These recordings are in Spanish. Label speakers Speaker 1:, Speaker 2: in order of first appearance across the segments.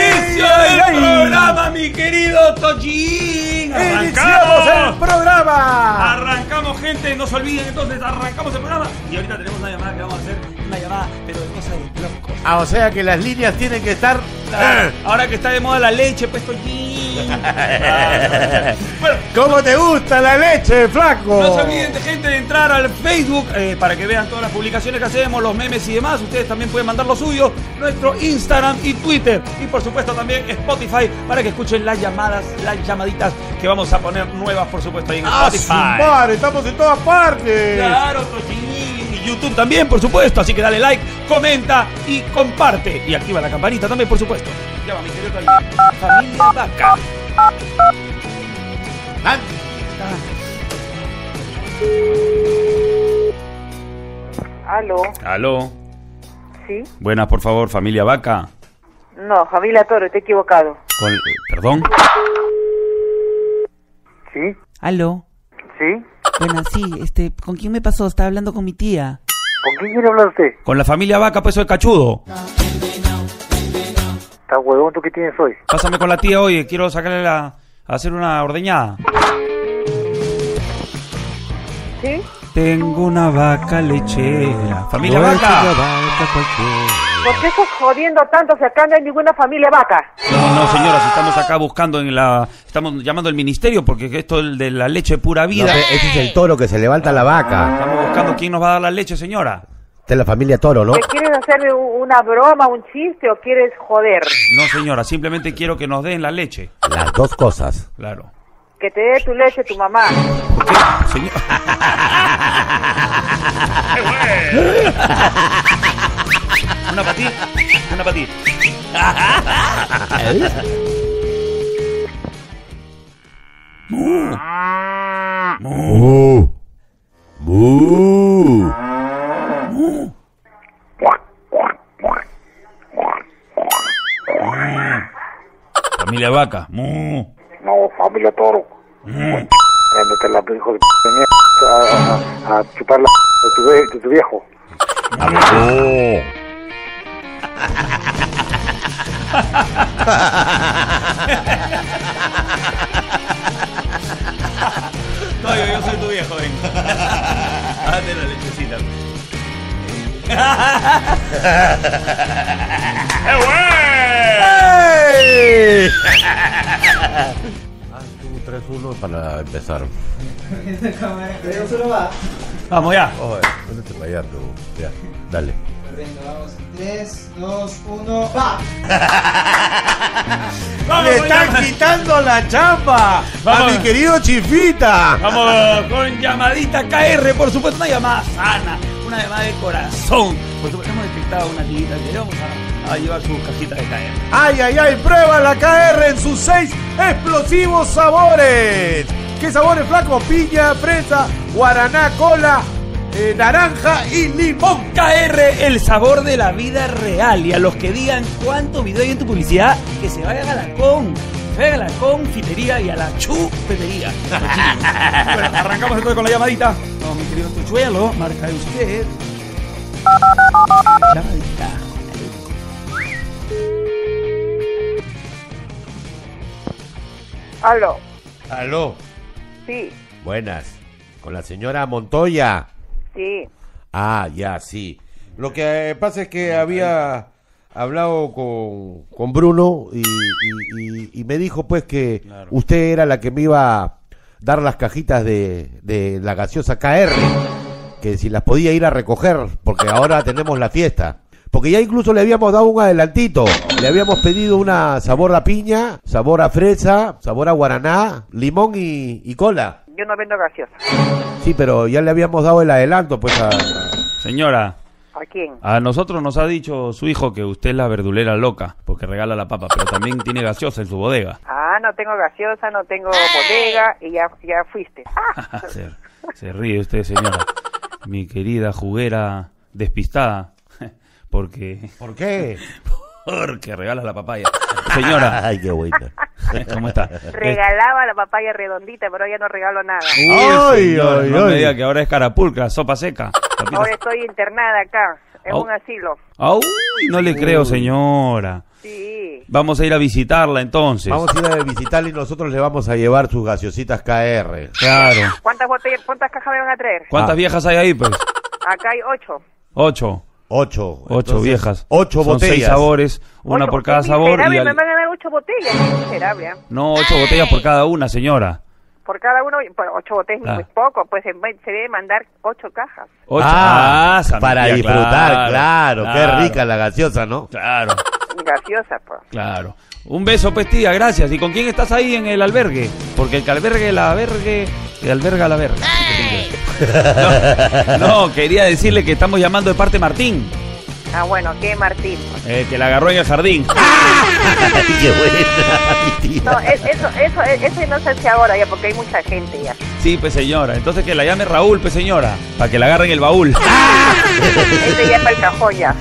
Speaker 1: eh. gente, no se olviden entonces, arrancamos el programa y ahorita tenemos una llamada que vamos a hacer, una llamada, pero de cosas de locos.
Speaker 2: Ah, o sea que las líneas tienen que estar.
Speaker 1: Ahora que está de moda la leche, pues allí. bueno,
Speaker 2: ¿Cómo te gusta la leche, flaco?
Speaker 1: No se olviden, de, gente, de entrar al Facebook eh, para que vean todas las publicaciones que hacemos, los memes y demás. Ustedes también pueden mandar lo suyo, nuestro Instagram y Twitter. Y por supuesto también Spotify para que escuchen las llamadas, las llamaditas que vamos a poner nuevas, por supuesto, ahí en
Speaker 2: ¡Ah, su
Speaker 1: Spotify.
Speaker 2: madre! Estamos en todas partes.
Speaker 1: Claro, Tochini. Y YouTube también, por supuesto. Así que dale like, comenta y comparte. Y activa la campanita también, por supuesto. Ya va, mi querido Toño. Familia Vaca.
Speaker 2: Ah,
Speaker 3: Aló,
Speaker 1: Aló.
Speaker 3: sí.
Speaker 1: Buenas, por favor, familia Vaca.
Speaker 3: No, familia Toro, te he equivocado.
Speaker 1: Con- Perdón.
Speaker 3: ¿Sí?
Speaker 4: Aló.
Speaker 3: ¿Sí?
Speaker 4: Bueno, sí, este, ¿con quién me pasó? Estaba hablando con mi tía.
Speaker 3: ¿Con quién quiere hablar usted?
Speaker 1: Con la familia Vaca, pues soy cachudo.
Speaker 3: ¿Está huevón tú que tienes hoy?
Speaker 1: Pásame con la tía hoy, quiero sacarle la. hacer una ordeñada.
Speaker 3: ¿Sí?
Speaker 1: Tengo una vaca lechera. Familia Vaca.
Speaker 3: ¿Por qué estás jodiendo tanto si acá no hay ninguna familia vaca?
Speaker 1: No, no, señoras, estamos acá buscando en la. Estamos llamando al ministerio porque esto del- de la leche pura
Speaker 2: No,
Speaker 1: vida.
Speaker 2: pe- ese es el toro que se levanta la vaca.
Speaker 1: Estamos buscando quién nos va a dar la leche, señora.
Speaker 2: Esta es la familia toro, ¿no?
Speaker 3: ¿Te quieres hacerme u- una broma, un chiste o quieres joder?
Speaker 1: No, señora, simplemente quiero que nos den la leche.
Speaker 2: Las dos cosas.
Speaker 1: Claro.
Speaker 3: Que te dé tu leche tu mamá.
Speaker 1: ¿Por qué, señor? una para ti, una para ti.
Speaker 2: Mu. Mu.
Speaker 1: Familia Vaca. Mu.
Speaker 5: No, familia Toro.
Speaker 1: Mm.
Speaker 5: Métete la hijo de p- de mierda, a, a- a chupar la p- de tu, ve- de tu viejo.
Speaker 1: No, yo, yo soy tu viejo, ven. Date la lechecita.
Speaker 2: ¡Ey! Haz un 3-1 para empezar.
Speaker 1: Vamos ya.
Speaker 2: Oye, ponete para allá, tú. Ya, dale.
Speaker 6: Venga, vamos. 3, 2, 1, va.
Speaker 1: Vamos, con llama-
Speaker 2: quitando la chamba
Speaker 1: Vamos.
Speaker 2: querido Chifita!
Speaker 1: Vamos con llamadita KR, por supuesto, una llamada sana, una llamada de corazón. Por supuesto, hemos detectado una tiguita que le vamos a, a llevar su cajita de KR.
Speaker 2: ¡Ay, ay, ay! ¡Prueba la KR en sus seis explosivos sabores! ¿Qué sabores, flaco? Piña, fresa, guaraná, cola, eh, naranja y limón.
Speaker 1: KR, el sabor de la vida real. Y a los que digan cuánto video hay en tu publicidad, que se vayan a la con. Se vayan a la confitería y a la chupetería. bueno, arrancamos entonces con la llamadita. No, mi querido Tuchuelo, marca de usted. Llamadita.
Speaker 3: Aló,
Speaker 2: Aló,
Speaker 3: sí,
Speaker 2: buenas. Con la señora Montoya.
Speaker 3: sí.
Speaker 2: Ah, ya, sí. Lo que eh, pasa es que había hablado con, con Bruno y, y- y- y me dijo pues que usted era la que me iba a dar las cajitas de, de la gaseosa KR, que si las podía ir a recoger, porque ahora tenemos la fiesta. Porque ya incluso le habíamos dado un adelantito. Le habíamos pedido una sabor a piña, sabor a fresa, sabor a guaraná, limón y, y cola.
Speaker 3: Yo no vendo gaseosa.
Speaker 2: Sí, pero ya le habíamos dado el adelanto pues a,
Speaker 1: Señora,
Speaker 3: ¿A quién?
Speaker 1: A nosotros nos ha dicho su hijo que usted es la verdulera loca, porque regala la papa, pero también tiene gaseosa en su bodega.
Speaker 3: Ah, no tengo gaseosa, no tengo bodega y ya, ya fuiste.
Speaker 1: se, se ríe usted, señora. Mi querida juguera despistada, porque,
Speaker 2: ¿Por qué?
Speaker 1: porque regala la papaya. Señora,
Speaker 2: Ay, qué buena.
Speaker 1: ¿cómo está?
Speaker 3: Regalaba la papaya redondita, pero ya no regalo nada.
Speaker 1: Uy,
Speaker 2: Ay,
Speaker 1: señora,
Speaker 2: ay,
Speaker 1: no me
Speaker 2: ay.
Speaker 1: diga que ahora es carapulcra, sopa seca. papitas.
Speaker 3: Oh. Ahora estoy internada acá, en
Speaker 1: Au.
Speaker 3: un asilo.
Speaker 1: Au, no le creo, señora.
Speaker 3: Sí.
Speaker 1: Vamos a ir a visitarla entonces.
Speaker 2: Vamos a ir a visitarle y nosotros le vamos a llevar sus gaseositas KR.
Speaker 1: Claro.
Speaker 3: ¿Cuántas botellas, cuántas cajas me van a traer?
Speaker 1: ¿Cuántas
Speaker 2: Ah.
Speaker 1: viejas hay ahí, pues?
Speaker 3: Acá hay ocho.
Speaker 1: Ocho.
Speaker 2: Ocho.
Speaker 1: Ocho
Speaker 2: Pues Entonces,
Speaker 1: viejas.
Speaker 2: Ocho
Speaker 1: Son
Speaker 2: botellas.
Speaker 1: seis sabores, una
Speaker 3: Ocho,
Speaker 1: por
Speaker 3: qué
Speaker 1: cada sabor.
Speaker 3: miserable,
Speaker 1: Y al-
Speaker 3: me van a dar ocho botellas. qué miserable, ¿ah?
Speaker 1: No, ocho botellas por cada una, señora.
Speaker 3: Por cada uno, bueno, ocho botellas
Speaker 1: Ah.
Speaker 3: es poco, pues en vez- se debe mandar ocho cajas.
Speaker 1: Ocho.
Speaker 2: Ah,
Speaker 1: Ah, sandía,
Speaker 2: para disfrutar, claro, Qué rica la gaseosa, ¿no?
Speaker 1: Claro,
Speaker 3: Graciosa, pues.
Speaker 1: claro. Un beso, pues tía, gracias. ¿Y con quién estás ahí en el albergue? Porque el que albergue la albergue, que alberga la verga. No, no, quería decirle que estamos llamando de parte Martín,
Speaker 3: Ah, bueno, qué Martín.
Speaker 1: eh, que la agarró en el jardín.
Speaker 2: Qué buena, mi tía.
Speaker 3: No, es- eso, eso, es- eso no se hace ahora ya, porque hay mucha gente ya.
Speaker 1: Sí, pues señora. Entonces que la llame Raúl, pues señora, para que la agarre en el baúl.
Speaker 2: ¡Ah!
Speaker 3: Este ya es para el cajón ya.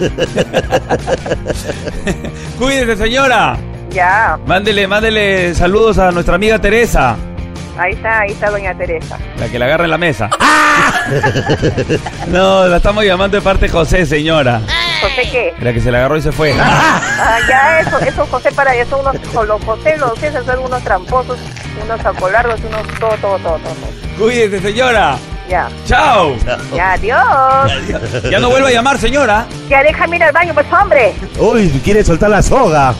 Speaker 1: Cuídese, señora.
Speaker 3: Ya,
Speaker 1: Mándele, mándele saludos a nuestra amiga Teresa,
Speaker 3: ahí está, ahí está doña Teresa.
Speaker 1: la que la agarra en la mesa.
Speaker 3: ¡Ah!
Speaker 1: No, la estamos llamando de parte José, señora.
Speaker 3: José, ¿qué?
Speaker 1: La que se la agarró y se fue.
Speaker 3: Ah, ya, eso, eso José para eso, unos, con los José, los César son unos tramposos, unos acolardos, unos todo, todo, todo, todo. todo.
Speaker 1: Cuídese, señora.
Speaker 3: Ya,
Speaker 1: Chao.
Speaker 3: ya, adiós.
Speaker 1: Ya no vuelva a llamar, señora.
Speaker 3: Ya, déjame ir al baño, pues hombre.
Speaker 2: Uy, quiere soltar la soga.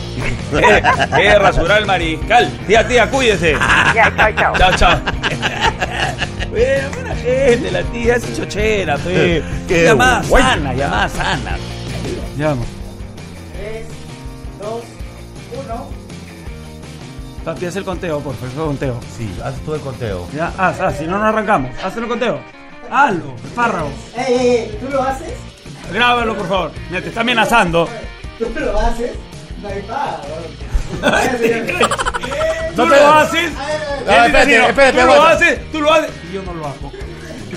Speaker 1: Eh, eh, rasurar el mariscal. Tía, tía, cuídese.
Speaker 3: Ah, Ya, chao, chao.
Speaker 1: Chao, chao. Eh, Bueno, buena gente, la tía es chochera, fe.
Speaker 2: Qué
Speaker 1: Llamada
Speaker 2: guay.
Speaker 1: sana, llamada sana. Llamo.
Speaker 6: 3, 2, 1.
Speaker 1: Papi, haz el conteo, por favor, conteo.
Speaker 2: Sí, haz todo el conteo.
Speaker 1: Ya, haz, haz, si no, no arrancamos. Haz el conteo. Hazlo, espárrago.
Speaker 6: Ey, ey, ey, ¿tú lo haces?
Speaker 1: Grábalo, por favor. Mira, te está amenazando.
Speaker 6: ¿Tú lo haces? No hay pago.
Speaker 1: ¿No te lo haces?
Speaker 2: No,
Speaker 1: Él
Speaker 2: espérate,
Speaker 1: dice,
Speaker 2: espérate,
Speaker 1: Tú lo
Speaker 2: aguanta.
Speaker 1: haces, tú lo haces. Y yo no lo hago.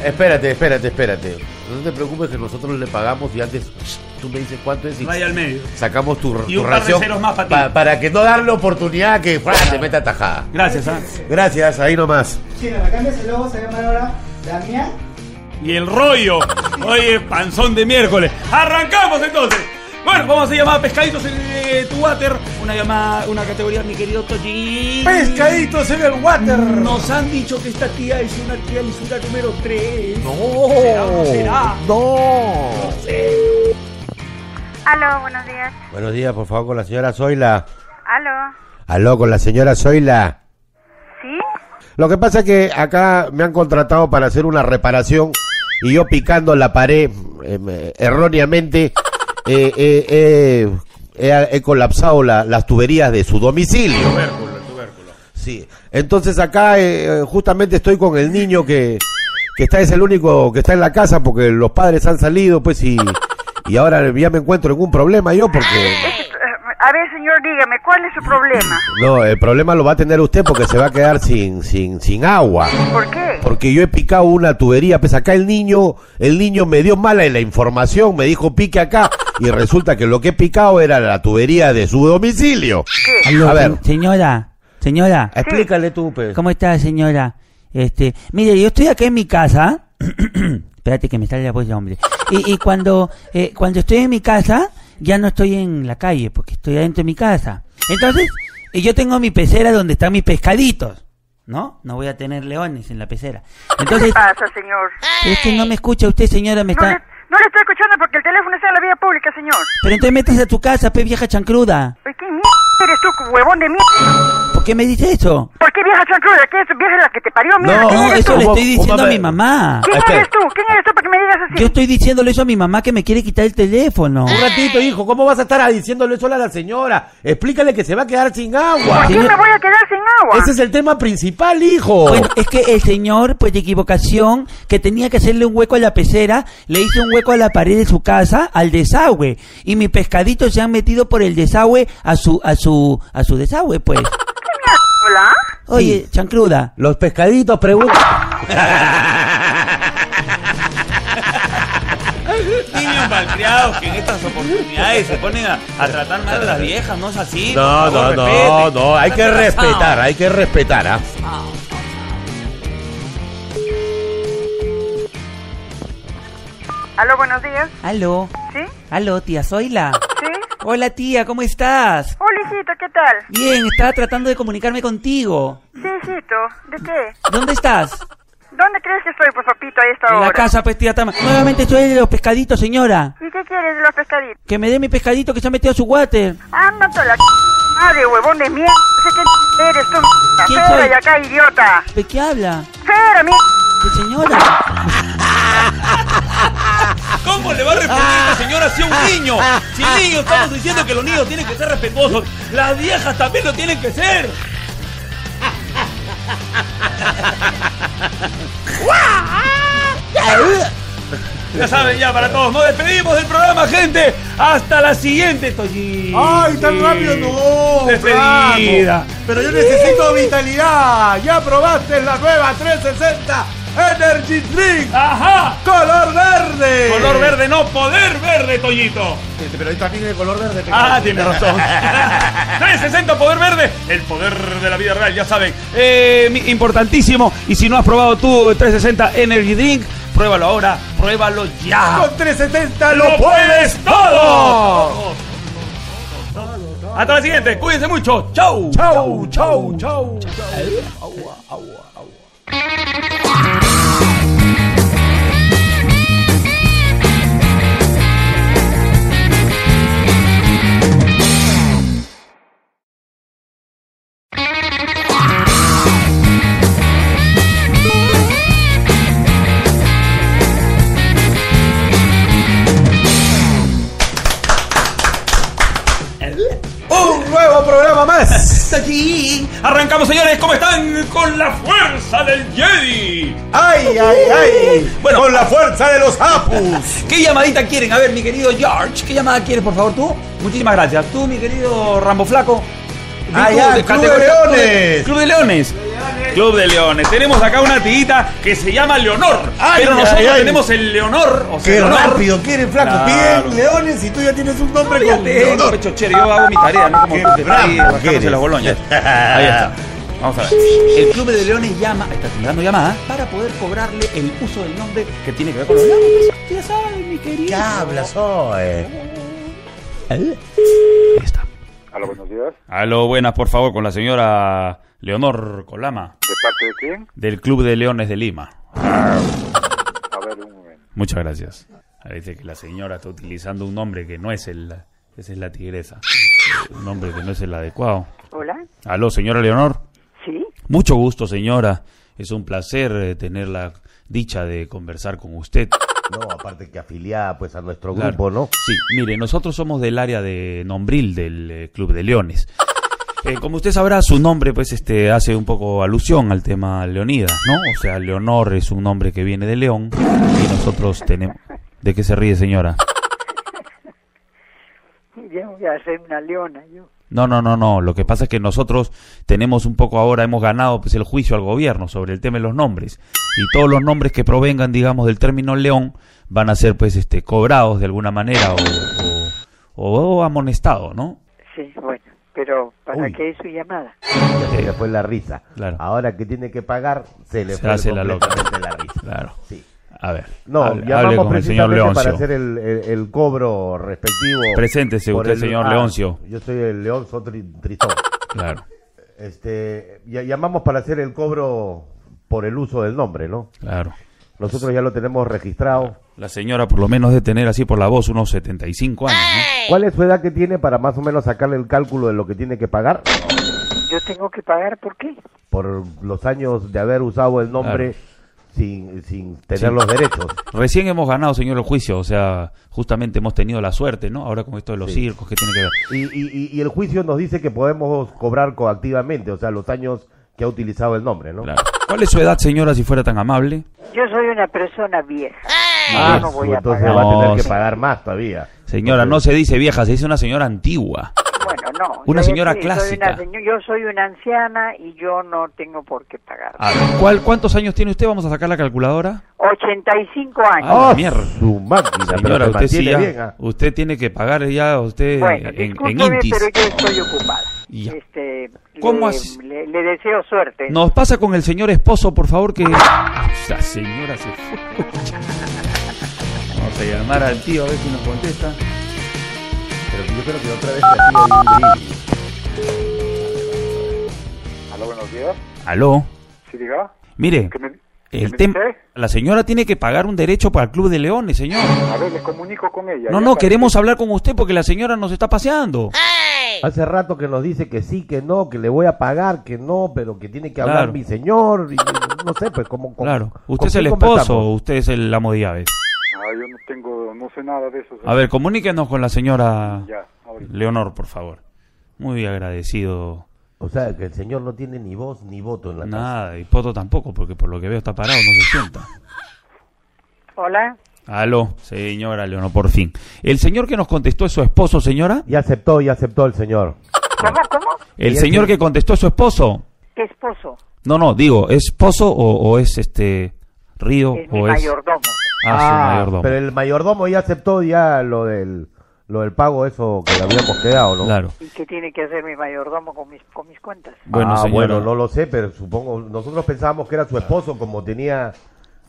Speaker 2: Espérate, espérate, espérate. No te preocupes que nosotros le pagamos y antes tú me dices cuánto es y
Speaker 1: Raya al medio.
Speaker 2: sacamos tu,
Speaker 1: Y
Speaker 2: tu
Speaker 1: un par de
Speaker 2: ración
Speaker 1: ceros más pa' ti.
Speaker 2: para que no darle oportunidad que ¡fua! te meta tajada.
Speaker 1: Gracias, ¿ah?
Speaker 2: Gracias, ahí nomás.
Speaker 6: Chino, me cambias el logo, se llama ahora Damián.
Speaker 1: Y el rollo. Oye, panzón de miércoles. Arrancamos entonces. Bueno, vamos a llamar a Pescaditos en eh, tu water. Una llamada, una categoría, mi querido Toji.
Speaker 2: Pescaditos en el water.
Speaker 1: Nos han dicho que esta tía es una tía lisura número 3. ¿Será o no será?
Speaker 2: No. No.
Speaker 7: Aló, buenos días.
Speaker 2: Buenos días, por favor, con la señora Zoila.
Speaker 7: Aló.
Speaker 2: Aló, con la señora Zoila.
Speaker 7: ¿Sí?
Speaker 2: Lo que pasa es que acá me han contratado para hacer una reparación y yo picando la pared eh, me- erróneamente eh, eh, eh, he, he colapsado la- las tuberías de su domicilio. Sí. Entonces acá eh, eh, justamente estoy con el niño que, que está es el único que está en la casa porque los padres han salido pues y, y ahora ya me encuentro en un problema yo porque
Speaker 7: Este, eh, a ver, señor, dígame, ¿cuál es su problema?
Speaker 2: no el problema lo va a tener usted porque se va a quedar sin sin sin agua.
Speaker 7: ¿Por qué?
Speaker 2: Porque yo he picado una tubería, pues acá el niño, el niño me dio mala la información, me dijo pique acá y resulta que lo que he picado era la tubería de su domicilio.
Speaker 4: Aló,
Speaker 2: A ver.
Speaker 4: se- Señora, señora.
Speaker 2: Explícale tú, pues.
Speaker 4: ¿Cómo está, señora? Este, mire, yo estoy acá en mi casa. Espérate que me sale la voz de hombre. Y, y cuando, eh, cuando estoy en mi casa, ya no estoy en la calle, porque estoy adentro de mi casa. Entonces, eh, yo tengo mi pecera donde están mis pescaditos. ¿No? No voy a tener leones en la pecera.
Speaker 7: ¿Qué
Speaker 4: Entonces,
Speaker 7: pasa, señor?
Speaker 4: es que no me escucha usted, señora, me
Speaker 7: No le,
Speaker 4: está...
Speaker 7: no le estoy escuchando porque el teléfono está en la vía pública, señor.
Speaker 4: Pero entonces metas a tu casa, pe vieja chancruda.
Speaker 7: Oye, ¿Qué mierda eres tú, huevón de mierda?
Speaker 4: ¿Por qué me dice eso?
Speaker 7: ¿Por qué vieja chancruda? ¿Quién es tu vieja la que te parió, mierda?
Speaker 2: No,
Speaker 7: ¿Quién
Speaker 4: No,
Speaker 7: eres
Speaker 4: eso
Speaker 7: tú?
Speaker 4: le
Speaker 2: Un
Speaker 4: estoy diciendo a
Speaker 2: papel.
Speaker 4: mi mamá.
Speaker 7: ¿Quién
Speaker 2: espera.
Speaker 7: eres tú? ¿Quién eres tú para que me digas así?
Speaker 4: Yo estoy diciéndole eso a mi mamá que me quiere quitar el teléfono.
Speaker 2: Un ratito, hijo, ¿cómo vas a estar diciéndole eso a la señora? Explícale que se va a quedar sin agua.
Speaker 7: ¿Por qué me voy a quedar sin agua?
Speaker 2: Ese es el tema principal, hijo.
Speaker 4: Bueno, es que el señor, pues de equivocación, que tenía que hacerle un hueco a la pecera, le hizo un hueco a la pared de su casa, al desagüe. Y mis pescaditos se han metido por el desagüe a su, a su, a su desagüe, pues.
Speaker 7: ¿Qué mierda habla?
Speaker 4: Oye, chancruda.
Speaker 2: Los pescaditos preguntan.
Speaker 1: Niños malcriados que en estas oportunidades se ponen a, a tratar mal a las viejas, no es así.
Speaker 2: No,
Speaker 1: Por favor,
Speaker 2: no, no,
Speaker 1: respeten.
Speaker 2: no, hay que
Speaker 1: Están atrasados.
Speaker 2: respetar, hay que respetar, ¿ah?
Speaker 7: Aló, buenos días.
Speaker 4: Aló,
Speaker 7: ¿Sí?
Speaker 4: aló, tía Zoila.
Speaker 7: ¿Sí?
Speaker 4: Hola tía, ¿cómo estás?
Speaker 8: Hola, hijito, ¿qué tal?
Speaker 4: Bien, estaba tratando de comunicarme contigo.
Speaker 8: Sí, hijito, ¿de qué?
Speaker 4: ¿Dónde estás?
Speaker 8: ¿Dónde crees que estoy, pues, papito, a esta
Speaker 4: En
Speaker 8: hora?
Speaker 4: la casa, pues tía Tama. Nuevamente soy el de los pescaditos, señora.
Speaker 8: ¿Y qué quieres de los pescaditos?
Speaker 4: Que me dé mi pescadito que se ha metido a su water.
Speaker 8: Anda toda la c... madre, huevón de mierda. No sé qué eres tú, mierda.
Speaker 4: ¿Quién
Speaker 8: Fera
Speaker 4: soy?
Speaker 8: y acá, idiota.
Speaker 4: ¿De qué habla?
Speaker 8: Fera, mierda.
Speaker 4: ¿De señora?
Speaker 1: ¿Cómo le va a responder esta señora si es un niño? Si es niño, estamos diciendo que los niños tienen que ser respetuosos. Las viejas también lo tienen que ser. Ya saben, ya para todos. Nos despedimos del programa, gente. Hasta la siguiente, Toyi.
Speaker 6: ¡Ay, tan rápido no!
Speaker 1: Despedida.
Speaker 6: Franco. Pero yo necesito vitalidad. Ya probaste la nueva 360 Energy Drink
Speaker 1: ¡Ajá!
Speaker 6: color verde.
Speaker 1: Color verde, no poder verde, Toyito.
Speaker 6: Este, Pero ahí también el color verde.
Speaker 1: Ah, tiene razón. 360 Poder Verde, el poder de la vida real, ya saben. Eh, mi- importantísimo. Y si no has probado tú eh, 360 Energy Drink, pruébalo ahora, pruébalo ya.
Speaker 6: Con 360
Speaker 1: ¡Lo
Speaker 6: lo
Speaker 1: puedes
Speaker 6: puedes
Speaker 1: todo!
Speaker 6: todo.
Speaker 1: Hasta la siguiente, cuídense mucho. Chau.
Speaker 6: Chau, chau, chau. Un nuevo programa más.
Speaker 1: Arrancamos, señores, ¿cómo están? Con la fuerza del Jedi.
Speaker 6: Ay, ay, ay.
Speaker 1: Bueno.
Speaker 6: con la fuerza de los apus.
Speaker 1: ¿Qué llamadita quieren? A ver, mi querido George, ¿qué llamada quieres, por favor, tú? Muchísimas gracias. Tú, mi querido Rambo Flaco.
Speaker 6: Ah,
Speaker 1: Tú,
Speaker 6: ya,
Speaker 1: de
Speaker 6: Club de
Speaker 1: categoría-
Speaker 6: Leones.
Speaker 1: Club de Leones. Club de Leones. Tenemos acá una tiguita que se llama Leonor.
Speaker 6: Ay,
Speaker 1: pero nosotros
Speaker 6: ay, ay.
Speaker 1: tenemos el Leonor. O sea,
Speaker 6: Qué
Speaker 1: Leonor.
Speaker 6: rápido, quieren flaco.
Speaker 1: Claro.
Speaker 6: Piden leones y tú ya tienes un nombre
Speaker 1: Ya
Speaker 6: con
Speaker 1: tengo,
Speaker 6: Leonor.
Speaker 1: pecho chévere. Yo hago mi tarea, no como
Speaker 6: Qué
Speaker 1: tú que está ahí
Speaker 6: bravo que
Speaker 1: rascándose
Speaker 6: eres.
Speaker 1: las boloñas. Ahí está. Vamos a ver. El Club de Leones llama, está timbrando llamada, para poder cobrarle el uso del nombre que tiene que ver con los leones. Ya sabes, mi querido.
Speaker 6: ¿Qué hablas hoy?
Speaker 9: Aló, buenos días.
Speaker 1: Aló, buenas, por favor, con la señora Leonor Colama,
Speaker 9: ¿De parte de quién?
Speaker 1: del Club de Leones de Lima.
Speaker 9: A ver, un momento.
Speaker 1: Muchas gracias. Ahí Dice que la señora está utilizando un nombre que no es el... Esa es la tigresa. Un nombre que no es el adecuado.
Speaker 8: Hola,
Speaker 1: Aló, señora Leonor.
Speaker 8: sí.
Speaker 1: Mucho gusto, señora. Es un placer eh, tener la dicha de conversar con usted.
Speaker 2: No, aparte que afiliada pues a nuestro
Speaker 1: Claro.
Speaker 2: grupo, ¿no?
Speaker 1: Sí, mire, nosotros somos del área de Nombril, del eh, Club de Leones. Eh, como usted sabrá, su nombre pues este hace un poco alusión al tema Leonidas, ¿no? O sea, Leonor es un nombre que viene de León y nosotros tenemos... ¿De qué se ríe, señora?
Speaker 8: Ya voy a ser una leona, yo.
Speaker 1: No, no, no, no. Lo que pasa es que nosotros tenemos un poco ahora, hemos ganado pues el juicio al gobierno sobre el tema de los nombres. Y todos los nombres que provengan, digamos, del término león van a ser pues este cobrados de alguna manera o, o, o amonestados, ¿no?
Speaker 8: Sí, bueno, pero ¿para
Speaker 2: Uy.
Speaker 8: qué es su llamada?
Speaker 2: Ya se le fue la risa.
Speaker 1: Claro.
Speaker 2: Ahora que tiene que pagar, se le
Speaker 1: Se
Speaker 2: fue
Speaker 1: hace la loca.
Speaker 2: completamente la risa.
Speaker 1: Claro.
Speaker 2: Sí.
Speaker 1: A ver.
Speaker 2: No,
Speaker 1: hable, hable
Speaker 2: llamamos
Speaker 1: con el señor
Speaker 2: precisamente para
Speaker 1: Leoncio.
Speaker 2: hacer el, el- el cobro respectivo.
Speaker 1: Preséntese
Speaker 2: por Ah,
Speaker 1: usted, señor Leoncio.
Speaker 2: Yo soy el Leoncio Tri- Tristón.
Speaker 1: Claro,
Speaker 2: Este, ya- llamamos para hacer el cobro por el uso del nombre, ¿no?
Speaker 1: claro.
Speaker 2: Nosotros ya lo tenemos registrado.
Speaker 1: La señora por lo menos de tener así por la voz unos 75 años, ¿no?
Speaker 2: ¿Cuál es su edad que tiene para más o menos sacarle el cálculo de lo que tiene que pagar?
Speaker 8: ¿Yo tengo que pagar por qué?
Speaker 2: Por los años de haber usado el nombre sin, sin tener
Speaker 1: Sí.
Speaker 2: los derechos.
Speaker 1: Recién hemos ganado, señor, el juicio, o sea, justamente hemos tenido la suerte, ¿no? Ahora con esto de los
Speaker 2: Sí.
Speaker 1: circos, que tiene que ver?
Speaker 2: Y, y- y- y el juicio nos dice que podemos cobrar coactivamente, o sea, los años que ha utilizado el nombre, ¿no?
Speaker 1: Claro. ¿Cuál es su edad, señora, si fuera tan amable?
Speaker 8: Yo soy una persona vieja.
Speaker 2: Ah,
Speaker 8: yo no voy
Speaker 2: su-
Speaker 8: a
Speaker 2: entonces
Speaker 8: pagar.
Speaker 2: va a tener
Speaker 1: No,
Speaker 2: que
Speaker 1: sí.
Speaker 2: pagar más todavía.
Speaker 1: Señora, no se dice vieja, se dice una señora antigua.
Speaker 8: Bueno, no.
Speaker 1: Una
Speaker 8: yo
Speaker 1: señora
Speaker 8: soy
Speaker 1: clásica.
Speaker 8: una seño- yo soy una anciana y yo no tengo por qué pagar.
Speaker 1: A ver, ¿cuál, ¿cuántos años tiene usted? Vamos a sacar la calculadora.
Speaker 8: 85 años.
Speaker 1: Ah,
Speaker 2: ¡Oh,
Speaker 1: mierda.
Speaker 2: su máquina! pero
Speaker 1: Señora,
Speaker 2: se
Speaker 1: usted sí
Speaker 2: mantiene
Speaker 1: ya,
Speaker 2: bien, ¿ah?
Speaker 1: usted tiene que pagar ya usted
Speaker 8: bueno,
Speaker 1: eh, en, en
Speaker 8: discúlpeme,
Speaker 1: intis.
Speaker 8: pero yo estoy ocupada.
Speaker 1: Ya.
Speaker 8: Este,
Speaker 1: ¿Cómo
Speaker 8: le,
Speaker 1: haces?
Speaker 8: le- le deseo suerte.
Speaker 1: Nos pasa con el señor esposo, por favor, que... La señora se fue. Vamos a llamar al tío a ver si nos contesta.
Speaker 2: Pero yo creo que otra vez aquí hay un grillo.
Speaker 10: Aló, buenos días.
Speaker 1: Aló.
Speaker 10: Sí, diga.
Speaker 1: Mire,
Speaker 10: ¿Qué me,
Speaker 1: el
Speaker 10: qué me
Speaker 1: tema.
Speaker 10: dice?
Speaker 1: La señora tiene que pagar un derecho para el Club de Leones, señor.
Speaker 10: A ver, les comunico con ella.
Speaker 1: No,
Speaker 10: Ya
Speaker 1: no,
Speaker 10: está.
Speaker 1: queremos hablar con usted porque la señora nos está paseando.
Speaker 2: Hace rato que nos dice que sí, que no, que le voy a pagar, que no, pero que tiene que hablar
Speaker 1: Claro.
Speaker 2: mi señor. y no sé, pues, ¿cómo. cómo-
Speaker 1: Claro.
Speaker 2: con
Speaker 1: Usted es
Speaker 2: quién
Speaker 1: el esposo o
Speaker 2: conversamos?
Speaker 1: usted es el amo de llaves.
Speaker 10: Ah, yo no tengo, no sé nada de eso.
Speaker 1: A ver, comuníquenos con la señora
Speaker 10: Ya, ahorita.
Speaker 1: Leonor, por favor. Muy agradecido.
Speaker 2: O sea, que el señor no tiene ni voz ni voto en la casa.
Speaker 1: Nada, y Poto tampoco, porque por lo que veo está parado, no se sienta.
Speaker 3: Hola.
Speaker 1: Aló, señora Leonor, por fin. El señor que nos contestó es su esposo, señora.
Speaker 2: Y aceptó, y aceptó el señor.
Speaker 3: ¿Cómo? ¿Cómo?
Speaker 1: El
Speaker 2: Ella
Speaker 1: señor que
Speaker 2: tiene-
Speaker 1: contestó es su esposo.
Speaker 3: ¿Qué esposo?
Speaker 1: No, no, digo, ¿es esposo o, o es este Río
Speaker 3: Es mi
Speaker 1: o es
Speaker 3: mayordomo.
Speaker 1: Ah, su mayordomo.
Speaker 2: Pero el mayordomo ya aceptó ya lo del, lo del pago, eso que le habíamos quedado, ¿no?
Speaker 1: Claro.
Speaker 3: ¿Y qué tiene que hacer mi mayordomo con mis, con mis cuentas?
Speaker 1: Bueno,
Speaker 2: ah,
Speaker 1: señora.
Speaker 2: bueno, no lo sé, pero supongo, nosotros pensábamos que era su esposo, como tenía,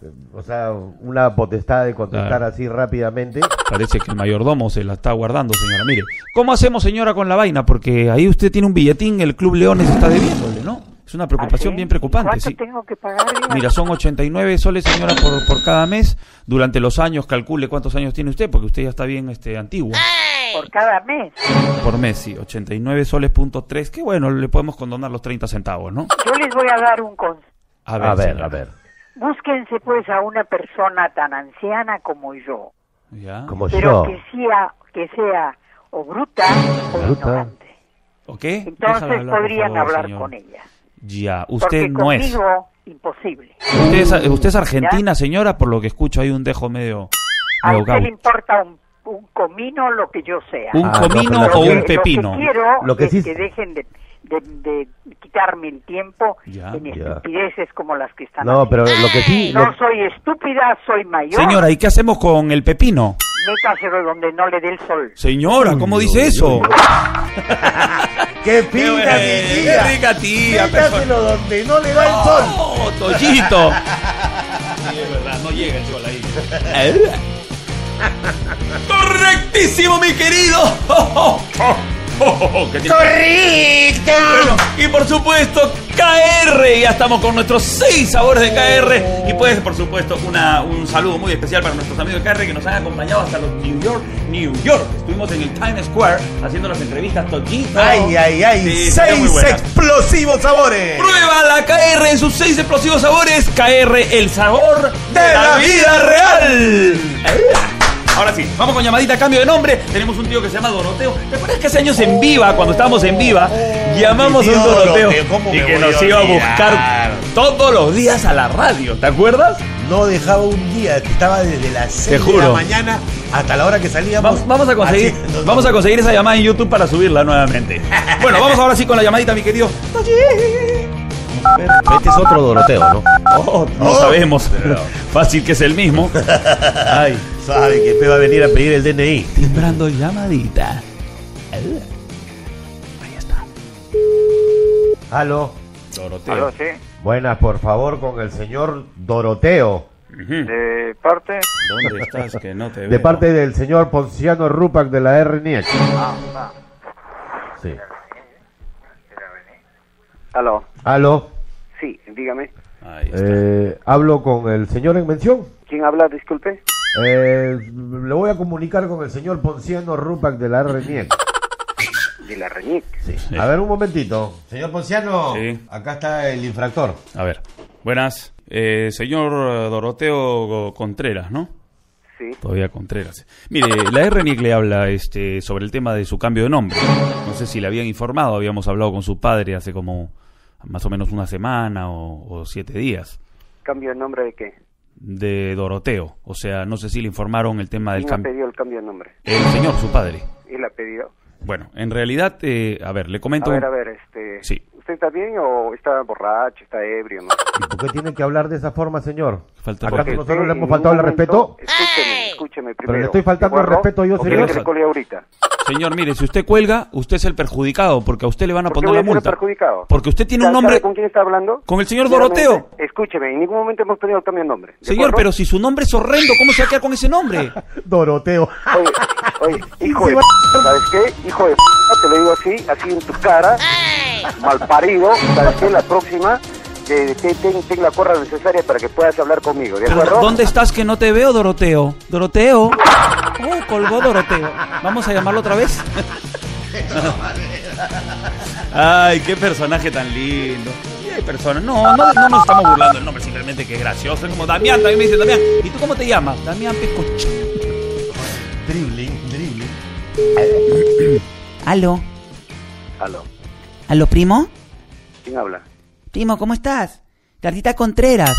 Speaker 2: eh, o sea, una potestad de contestar
Speaker 1: Claro.
Speaker 2: así rápidamente.
Speaker 1: Parece que el mayordomo se la está guardando, señora. Mire, ¿cómo hacemos, señora, con la vaina? Porque ahí usted tiene un billetín, el Club Leones está debiéndole, ¿no? Es una
Speaker 3: ¿Ah,
Speaker 1: preocupación
Speaker 3: sí?
Speaker 1: bien preocupante.
Speaker 3: ¿Cuánto
Speaker 1: Sí.
Speaker 3: tengo que pagar? diga?
Speaker 1: Mira, son 89 soles, señora, por, por cada mes. Durante los años, calcule cuántos años tiene usted, porque usted ya está bien este, antiguo.
Speaker 3: Por cada mes.
Speaker 1: Por mes, sí, 89 soles punto 3. Que bueno, le podemos condonar los 30 centavos, ¿no?
Speaker 3: Yo les voy a dar un consejo.
Speaker 1: A
Speaker 2: A ver,
Speaker 1: señora.
Speaker 2: a ver.
Speaker 3: Búsquense pues a una persona tan anciana como yo,
Speaker 1: ¿Ya?
Speaker 2: Como
Speaker 3: pero
Speaker 2: yo.
Speaker 3: que sea, que sea o bruta o
Speaker 2: Bruta.
Speaker 3: ignorante.
Speaker 1: ¿Ok? Déjala
Speaker 3: Entonces
Speaker 1: hablar, por
Speaker 3: podrían
Speaker 1: favor,
Speaker 3: hablar
Speaker 1: señor.
Speaker 3: con ella.
Speaker 1: Ya,
Speaker 3: porque
Speaker 1: usted no es.
Speaker 3: conmigo, imposible.
Speaker 1: Usted es, usted es argentina, señora, por lo que escucho hay un dejo medio...
Speaker 3: A
Speaker 1: medio
Speaker 3: usted le
Speaker 1: gaucho.
Speaker 3: importa un, un comino lo que yo sea.
Speaker 1: Un
Speaker 2: Ah, no,
Speaker 1: comino
Speaker 2: pero
Speaker 1: o
Speaker 2: lo que-
Speaker 1: un
Speaker 2: lo que
Speaker 1: pepino.
Speaker 3: Lo que quiero
Speaker 2: Lo que
Speaker 3: es
Speaker 2: sí-
Speaker 3: que dejen de, de, de quitarme el tiempo
Speaker 1: Ya,
Speaker 3: en
Speaker 1: ya.
Speaker 3: estupideces como las que están
Speaker 2: No,
Speaker 3: haciendo.
Speaker 2: pero lo que sí... lo-
Speaker 3: No soy estúpida, soy mayor.
Speaker 1: Señora, ¿y qué hacemos con el pepino?
Speaker 3: Métaselo donde no le dé el sol.
Speaker 1: Señora, ¿cómo dice eso?
Speaker 2: ¡Qué fina, mi tía!
Speaker 1: rica tía!
Speaker 2: Métaselo donde no le da el sol.
Speaker 1: ¡Oh, Toyito! Sí, es verdad, no llega el sol ahí.
Speaker 6: ¿Eh?
Speaker 1: ¡Correctísimo, mi querido! ¡Correcto! y por supuesto, KR. Ya estamos con nuestros seis sabores de KR. Y pues, por supuesto, una, un saludo muy especial para nuestros amigos de KR que nos han acompañado hasta los New York, New York. Estuvimos en el Times Square haciendo las entrevistas Toyito.
Speaker 6: Ay, ay, ay.
Speaker 1: Sí, están muy
Speaker 6: seis
Speaker 1: buenas.
Speaker 6: explosivos sabores.
Speaker 1: Prueba la KR en sus seis explosivos sabores. KR, el sabor de,
Speaker 6: De
Speaker 1: la,
Speaker 6: la
Speaker 1: vida real. Ahora sí, vamos con llamadita a cambio de nombre. Tenemos un tío que se llama Doroteo. ¿Te acuerdas que hace años en Viva, cuando estábamos en Viva, llamamos a un
Speaker 6: tío
Speaker 1: Doroteo,
Speaker 6: Doroteo, ¿cómo
Speaker 1: y
Speaker 6: me
Speaker 1: que
Speaker 6: voy a
Speaker 1: nos iba a
Speaker 6: olvidar?
Speaker 1: buscar todos los días a la radio? ¿Te acuerdas?
Speaker 6: No dejaba un día, estaba desde las
Speaker 1: Te
Speaker 6: 6 de la
Speaker 1: juro.
Speaker 6: mañana hasta la hora que salíamos.
Speaker 1: Vamos, vamos a conseguir,
Speaker 6: haciendo-
Speaker 1: vamos a conseguir esa llamada en YouTube para subirla nuevamente. Bueno, vamos ahora sí con la llamadita, mi querido.
Speaker 2: Este es otro Doroteo, ¿no?
Speaker 1: Oh, no
Speaker 6: Oh.
Speaker 1: sabemos. Fácil que es el mismo. Ay.
Speaker 2: Sabe que este va a venir a pedir el DNI.
Speaker 1: Timbrando llamadita. Ahí está.
Speaker 2: Aló.
Speaker 10: Aló, sí.
Speaker 2: Buenas, por favor, con el señor Doroteo.
Speaker 10: De parte.
Speaker 1: ¿Dónde estás que no te
Speaker 2: De parte del señor Ponciano Rupac de la RNH. Sí.
Speaker 10: Aló.
Speaker 2: Aló.
Speaker 10: Sí, dígame.
Speaker 2: Eh, hablo con el señor en mención.
Speaker 10: ¿Quién habla? Disculpe.
Speaker 2: Eh, le voy a comunicar con el señor Ponciano Rupac de la RNIEC.
Speaker 10: De la Reñic.
Speaker 2: Sí. A ver, un momentito. Señor Ponciano,
Speaker 1: Sí.
Speaker 2: acá está el infractor.
Speaker 1: A ver. Buenas. Eh, señor eh, Doroteo Contreras, ¿no?
Speaker 10: Sí.
Speaker 1: Todavía Contreras. Mire, la RNIC le habla este, sobre el tema de su cambio de nombre. No sé si le habían informado, habíamos hablado con su padre hace como más o menos una semana o- o siete días.
Speaker 10: ¿Cambio de nombre de qué?
Speaker 1: de Doroteo. O sea, no sé si le informaron el tema del
Speaker 10: ¿Quién ha
Speaker 1: cambio.
Speaker 10: pedido el cambio de nombre?
Speaker 1: El señor, su padre.
Speaker 10: Él ha pedido.
Speaker 1: Bueno, en realidad, eh, a ver, le
Speaker 10: A
Speaker 1: comento.
Speaker 10: ver, a ver, este...
Speaker 1: Sí.
Speaker 10: ¿Usted está bien o está borracho, está ebrio? No?
Speaker 2: ¿Y por qué tiene que hablar de esa forma, señor?
Speaker 1: Falta
Speaker 2: Acá
Speaker 1: de respeto.
Speaker 2: nosotros
Speaker 10: Usted
Speaker 2: le
Speaker 10: en
Speaker 2: hemos faltado el
Speaker 10: ningún
Speaker 2: respeto.
Speaker 10: momento- Escúcheme, escúcheme primero.
Speaker 2: le estoy faltando el
Speaker 10: ¿Guarro?
Speaker 2: respeto yo,
Speaker 10: ¿O
Speaker 2: señor?
Speaker 10: quiere que le cole ahorita?
Speaker 1: Señor, mire, si usted cuelga, usted es el perjudicado, porque a usted le van a
Speaker 10: ¿Por qué
Speaker 1: poner
Speaker 10: voy a
Speaker 1: una
Speaker 10: ser el
Speaker 1: multa.
Speaker 10: perjudicado?
Speaker 1: Porque usted tiene un
Speaker 10: ¿Sabe
Speaker 1: nombre.
Speaker 10: ¿Con quién está hablando?
Speaker 1: Con el señor
Speaker 10: Sinceramente,
Speaker 1: Doroteo.
Speaker 10: Escúcheme, en ningún momento hemos pedido cambio de nombre. ¿de
Speaker 1: Señor,
Speaker 10: acuerdo?
Speaker 1: pero si su nombre es horrendo, ¿cómo se va a quedar con ese nombre?
Speaker 2: Doroteo.
Speaker 10: Oye, oye, hijo de p- ¿sabes qué? Hijo de p- te lo digo así, así en tu cara, malparido, ¿sabes qué? La próxima, eh, ten, ten- ten la corra necesaria para que puedas hablar conmigo, ¿de
Speaker 1: Pero,
Speaker 10: acuerdo?
Speaker 1: ¿Dónde estás que no te veo, Doroteo? Doroteo. Oh, colgó Doroteo. Vamos a llamarlo otra vez. Ay, qué personaje tan lindo. Y hay personas. No, no, no nos estamos burlando del nombre, simplemente que es gracioso. Es como Damián, también me dice Damián. ¿Y tú cómo te llamas? Damián Pescocho.
Speaker 2: Dribbling, dribbling.
Speaker 4: Aló,
Speaker 10: Aló,
Speaker 4: aló, primo.
Speaker 10: ¿quién habla?
Speaker 4: Primo, ¿cómo estás? Cartita Contreras.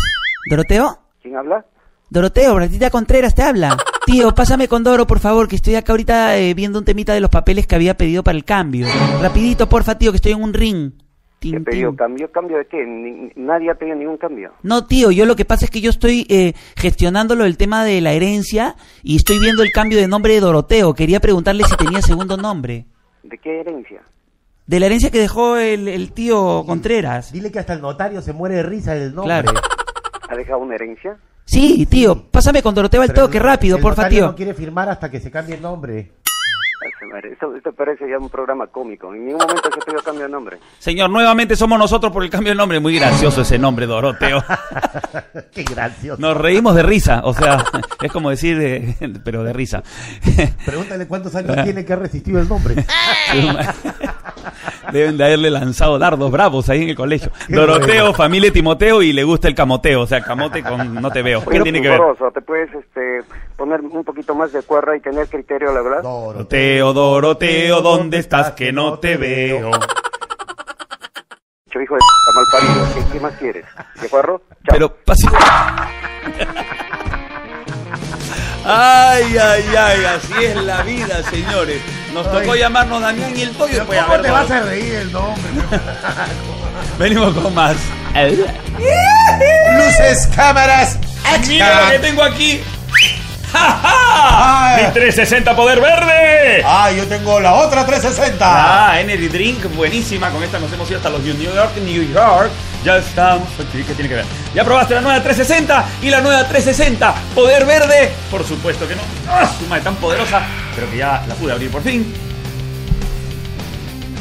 Speaker 4: ¿Doroteo?
Speaker 10: ¿Quién habla?
Speaker 4: Doroteo, Bratita Contreras te habla. Tío, pásame con Doro, por favor, que estoy acá ahorita eh, viendo un temita de los papeles que había pedido para el cambio. Rapidito, porfa, tío, que estoy en un ring. Tin,
Speaker 10: ¿Qué pedido
Speaker 4: tin.
Speaker 10: cambio? ¿Cambio de qué? Ni- nadie ha pedido ningún cambio.
Speaker 4: No, tío, yo lo que pasa es que yo estoy eh, gestionando lo del tema de la herencia y estoy viendo el cambio de nombre de Doroteo. Quería preguntarle si tenía segundo nombre.
Speaker 10: ¿De qué herencia?
Speaker 4: De la herencia que dejó el, el tío Contreras.
Speaker 2: Dile que hasta el notario se muere de risa del nombre.
Speaker 4: Claro.
Speaker 10: ¿Ha dejado una herencia?
Speaker 4: Sí, tío, pásame con Doroteo al
Speaker 2: Pero el-
Speaker 4: toque, rápido,
Speaker 2: el
Speaker 4: porfa,
Speaker 2: notario
Speaker 4: tío.
Speaker 2: no quiere firmar hasta que se cambie el nombre.
Speaker 10: Ay, Ah, su madre, Esto, esto parece ya un programa cómico. En ningún momento se ha pedido cambio de nombre.
Speaker 1: Señor, nuevamente somos nosotros por el cambio de nombre. Muy gracioso ese nombre, Doroteo.
Speaker 2: Qué gracioso.
Speaker 1: Nos reímos de risa. O sea, es como decir, eh, pero de risa.
Speaker 2: Pregúntale cuántos años tiene que ha resistido el nombre.
Speaker 1: Deben de haberle lanzado dardos bravos ahí en el colegio. Doroteo, familia Timoteo y le gusta el camoteo. O sea, camote con no te veo. ¿Qué
Speaker 10: Oye,
Speaker 1: tiene que ver?
Speaker 10: pudoroso, ¿Te puedes este, poner un poquito más de cuerda y tener criterio, la verdad?
Speaker 1: Doroteo, Doroteo, ¿dónde estás que no te veo?
Speaker 10: Yo, hijo de p***, mal parido. ¿Qué, qué más quieres? ¿De acuerdo? Chao.
Speaker 1: Pero pasa. Ay, ay, ay, así es la vida, señores. Nos tocó llamarnos Damián y el Toyo. después
Speaker 2: ¿Cómo
Speaker 1: haber
Speaker 2: te
Speaker 1: dado-
Speaker 2: vas a reír el nombre?
Speaker 1: Venimos con más.
Speaker 6: Luces, cámaras,
Speaker 1: Mira lo que
Speaker 6: acción.
Speaker 1: tengo aquí. ¡Ja, ja!
Speaker 6: Ay.
Speaker 1: ¡Mi 360 Poder Verde!
Speaker 6: Ah, yo tengo la otra 360.
Speaker 1: Ah, Energy Drink, buenísima. Con esta nos hemos ido hasta los New York, New York. Ya estamos aquí, ¿qué tiene que ver? Ya probaste la nueva 360 y la nueva 360. Poder verde, por supuesto que no. ¡Ah, su madre, tan poderosa, pero que ya la pude abrir por fin.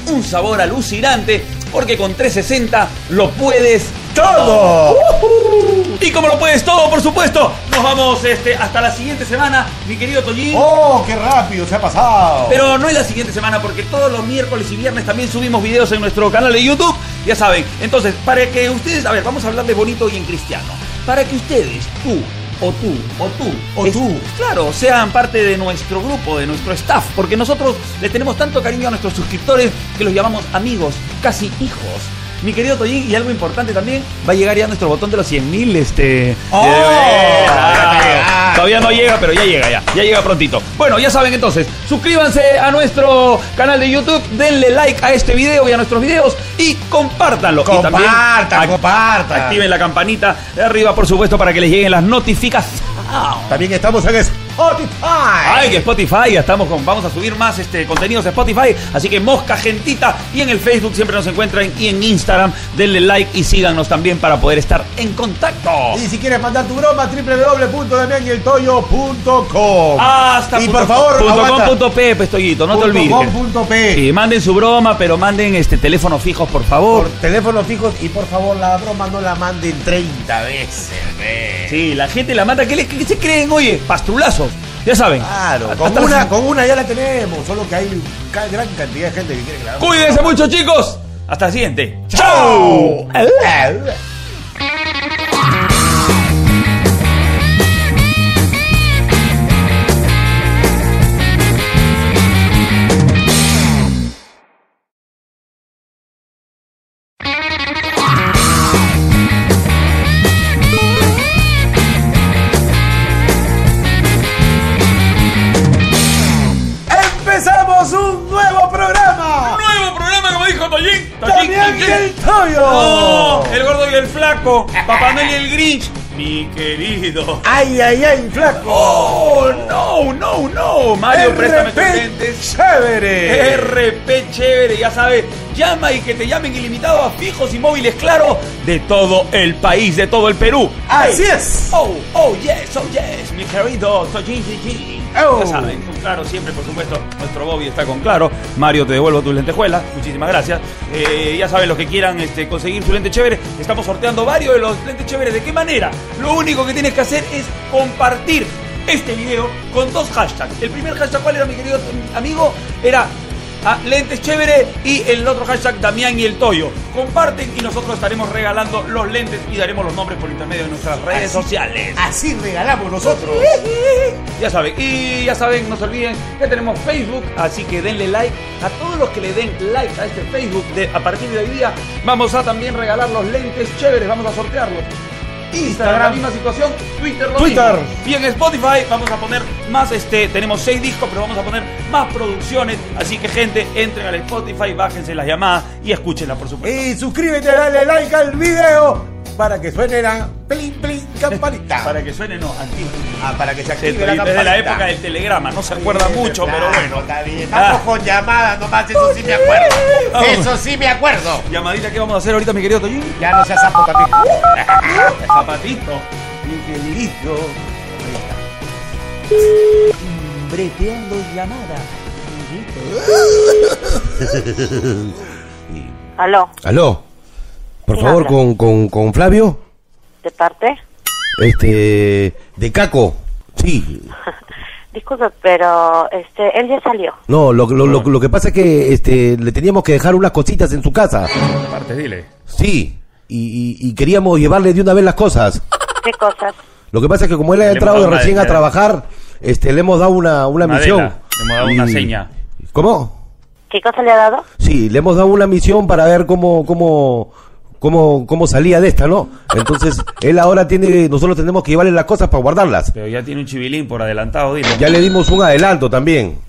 Speaker 1: Un sabor alucinante, porque con 360 lo puedes todo. Y como lo puedes todo, por supuesto, nos vamos este, hasta la siguiente semana, mi querido Tollín.
Speaker 6: Oh, qué rápido se ha pasado.
Speaker 1: Pero no es la siguiente semana porque todos los miércoles y viernes también subimos videos en nuestro canal de YouTube, ya saben. Entonces, para que ustedes, a ver, vamos a hablar de bonito y en cristiano. Para que ustedes, tú o tú o tú
Speaker 6: O tú.
Speaker 1: claro, sean parte de nuestro grupo, de nuestro staff, porque nosotros le tenemos tanto cariño a nuestros suscriptores que los llamamos amigos, casi hijos. Mi querido Toyin, y algo importante también, va a llegar ya nuestro botón de los 100.000 este...
Speaker 6: ¡Oh!
Speaker 1: Eh,
Speaker 6: Ya está llegando.
Speaker 1: Todavía no llega, pero ya llega ya. Ya llega prontito. Bueno, ya saben entonces, suscríbanse a nuestro canal de YouTube, denle like a este video y a nuestros videos y compártanlo. y
Speaker 6: Compartan,
Speaker 1: ac-
Speaker 6: compartan.
Speaker 1: Activen la campanita de arriba, por supuesto, para que les lleguen las notificaciones.
Speaker 6: También estamos en Spotify.
Speaker 1: Ay, que Spotify, ya estamos con, vamos a subir más este contenidos de Spotify, así que mosca gentita y en el Facebook siempre nos encuentran y en Instagram denle like y síganos también para poder estar en contacto.
Speaker 6: Y si quieres mandar tu broma, www.damianyeltoyo.com.
Speaker 1: Hasta
Speaker 6: Y
Speaker 1: punto
Speaker 6: por favor,
Speaker 1: punto com
Speaker 6: aguanta.
Speaker 1: punto p, pues, Toyito, no
Speaker 6: Punto
Speaker 1: te olvides.
Speaker 6: com punto p.
Speaker 1: Sí, manden su broma, pero manden este teléfonos fijos, por favor.
Speaker 6: Por teléfonos fijos y por favor la broma no la manden 30 veces. ve.
Speaker 1: Sí, la gente la mata. ¿Qué, les- qué se creen? Oye, pastrulazos. Ya saben.
Speaker 6: Claro, con
Speaker 1: Hasta la
Speaker 6: una,
Speaker 1: siguiente.
Speaker 6: con una ya la tenemos, solo que hay ca- gran cantidad de gente que quiere que la hagamos.
Speaker 1: Cuídense mucho, chicos. Hasta la siguiente.
Speaker 6: ¡Chao! ¡Empezamos un nuevo programa!
Speaker 1: Nuevo programa, como dijo Toyin.
Speaker 6: ¡Damián y el Toyo!
Speaker 1: el gordo y el flaco. Papá Noel y el Grinch. mi querido.
Speaker 11: ¡Ay, ay, ay, flaco!
Speaker 1: ¡Oh, no, no, no! Mario, préstame tus lentes.
Speaker 11: ¡Chévere!
Speaker 1: RP chévere, ya sabes, llama y que te llamen ilimitado a fijos y móviles, claro, de todo el país, de todo el Perú.
Speaker 11: Así es.
Speaker 1: Oh, oh, yes, oh, yes, mi querido, soy Gigi.
Speaker 11: Oh.
Speaker 1: Ya saben, con claro siempre, por supuesto, nuestro Bobby está con claro. Mario, te devuelvo tus lentejuelas, muchísimas gracias. Eh, ya saben, los que quieran este, conseguir su lente chévere, estamos sorteando varios de los lentes chéveres. ¿De qué manera? Lo único que tienes que hacer es compartir este video con dos hashtags. El primer hashtag, ¿cuál era, mi querido amigo? Era a Lentes Chévere y el otro hashtag Damián y el Toyo. Comparten y nosotros estaremos regalando los lentes y daremos los nombres por intermedio de nuestras redes sociales.
Speaker 11: Así regalamos nosotros.
Speaker 1: Ya saben, y ya saben, no se olviden que tenemos Facebook, así que denle like a todos los que le den like a este Facebook de, a partir de hoy día. Vamos a también regalar los lentes chéveres, vamos a sortearlos. Instagram, la misma situación, Twitter, lo
Speaker 11: Twitter.
Speaker 1: mismo. Y en Spotify vamos a poner más, este, tenemos seis discos, pero vamos a poner más producciones. Así que gente, entren al Spotify, bájense las llamadas y escúchenlas, por supuesto.
Speaker 11: Y suscríbete, dale like al video para que suene la plin plin campanita.
Speaker 1: Para que suene, no, antiguo.
Speaker 11: Ah, para que se
Speaker 1: Se-
Speaker 11: active Ah. la
Speaker 1: Desde la
Speaker 11: campanita.
Speaker 1: época del telegrama, no se acuerda mucho, pero
Speaker 11: Claro,
Speaker 1: bueno.
Speaker 11: Está bien.
Speaker 1: Ah.
Speaker 11: Vamos con llamadas nomás, eso sí me acuerdo. Eso sí me acuerdo.
Speaker 1: Llamadita que vamos a hacer ahorita, mi querido Toyin.
Speaker 11: Ya no seas sapo también.
Speaker 1: Zapatito.
Speaker 4: Breteando llamada.
Speaker 6: Aló,
Speaker 2: Aló. Por
Speaker 6: ¿Quién
Speaker 2: favor,
Speaker 6: habla?
Speaker 2: con, con, con Flavio.
Speaker 6: ¿de parte?
Speaker 2: Este. De Caco. Sí.
Speaker 6: Disculpe, pero este, él ya salió.
Speaker 2: No, lo, lo, lo, lo que pasa es que este, le teníamos que dejar unas cositas en su casa.
Speaker 1: Aparte, dile.
Speaker 2: Sí. Y, y- y queríamos llevarle de una vez las cosas.
Speaker 6: ¿Qué cosas?
Speaker 2: Lo que pasa es que como él ha
Speaker 1: hemos
Speaker 2: entrado
Speaker 1: dado una-
Speaker 2: recién a trabajar, este, le hemos dado una, una
Speaker 1: Una
Speaker 2: misión.
Speaker 1: vela. Le hemos dado una seña.
Speaker 2: ¿Cómo?
Speaker 6: ¿Qué cosa le ha dado?
Speaker 2: Sí, le hemos dado una misión para ver cómo, cómo, cómo, cómo salía de esta, ¿no? Entonces, él ahora tiene, nosotros tenemos que llevarle las cosas para guardarlas.
Speaker 1: Pero ya tiene un chivilín por adelantado, dile.
Speaker 2: Ya le dimos un adelanto también.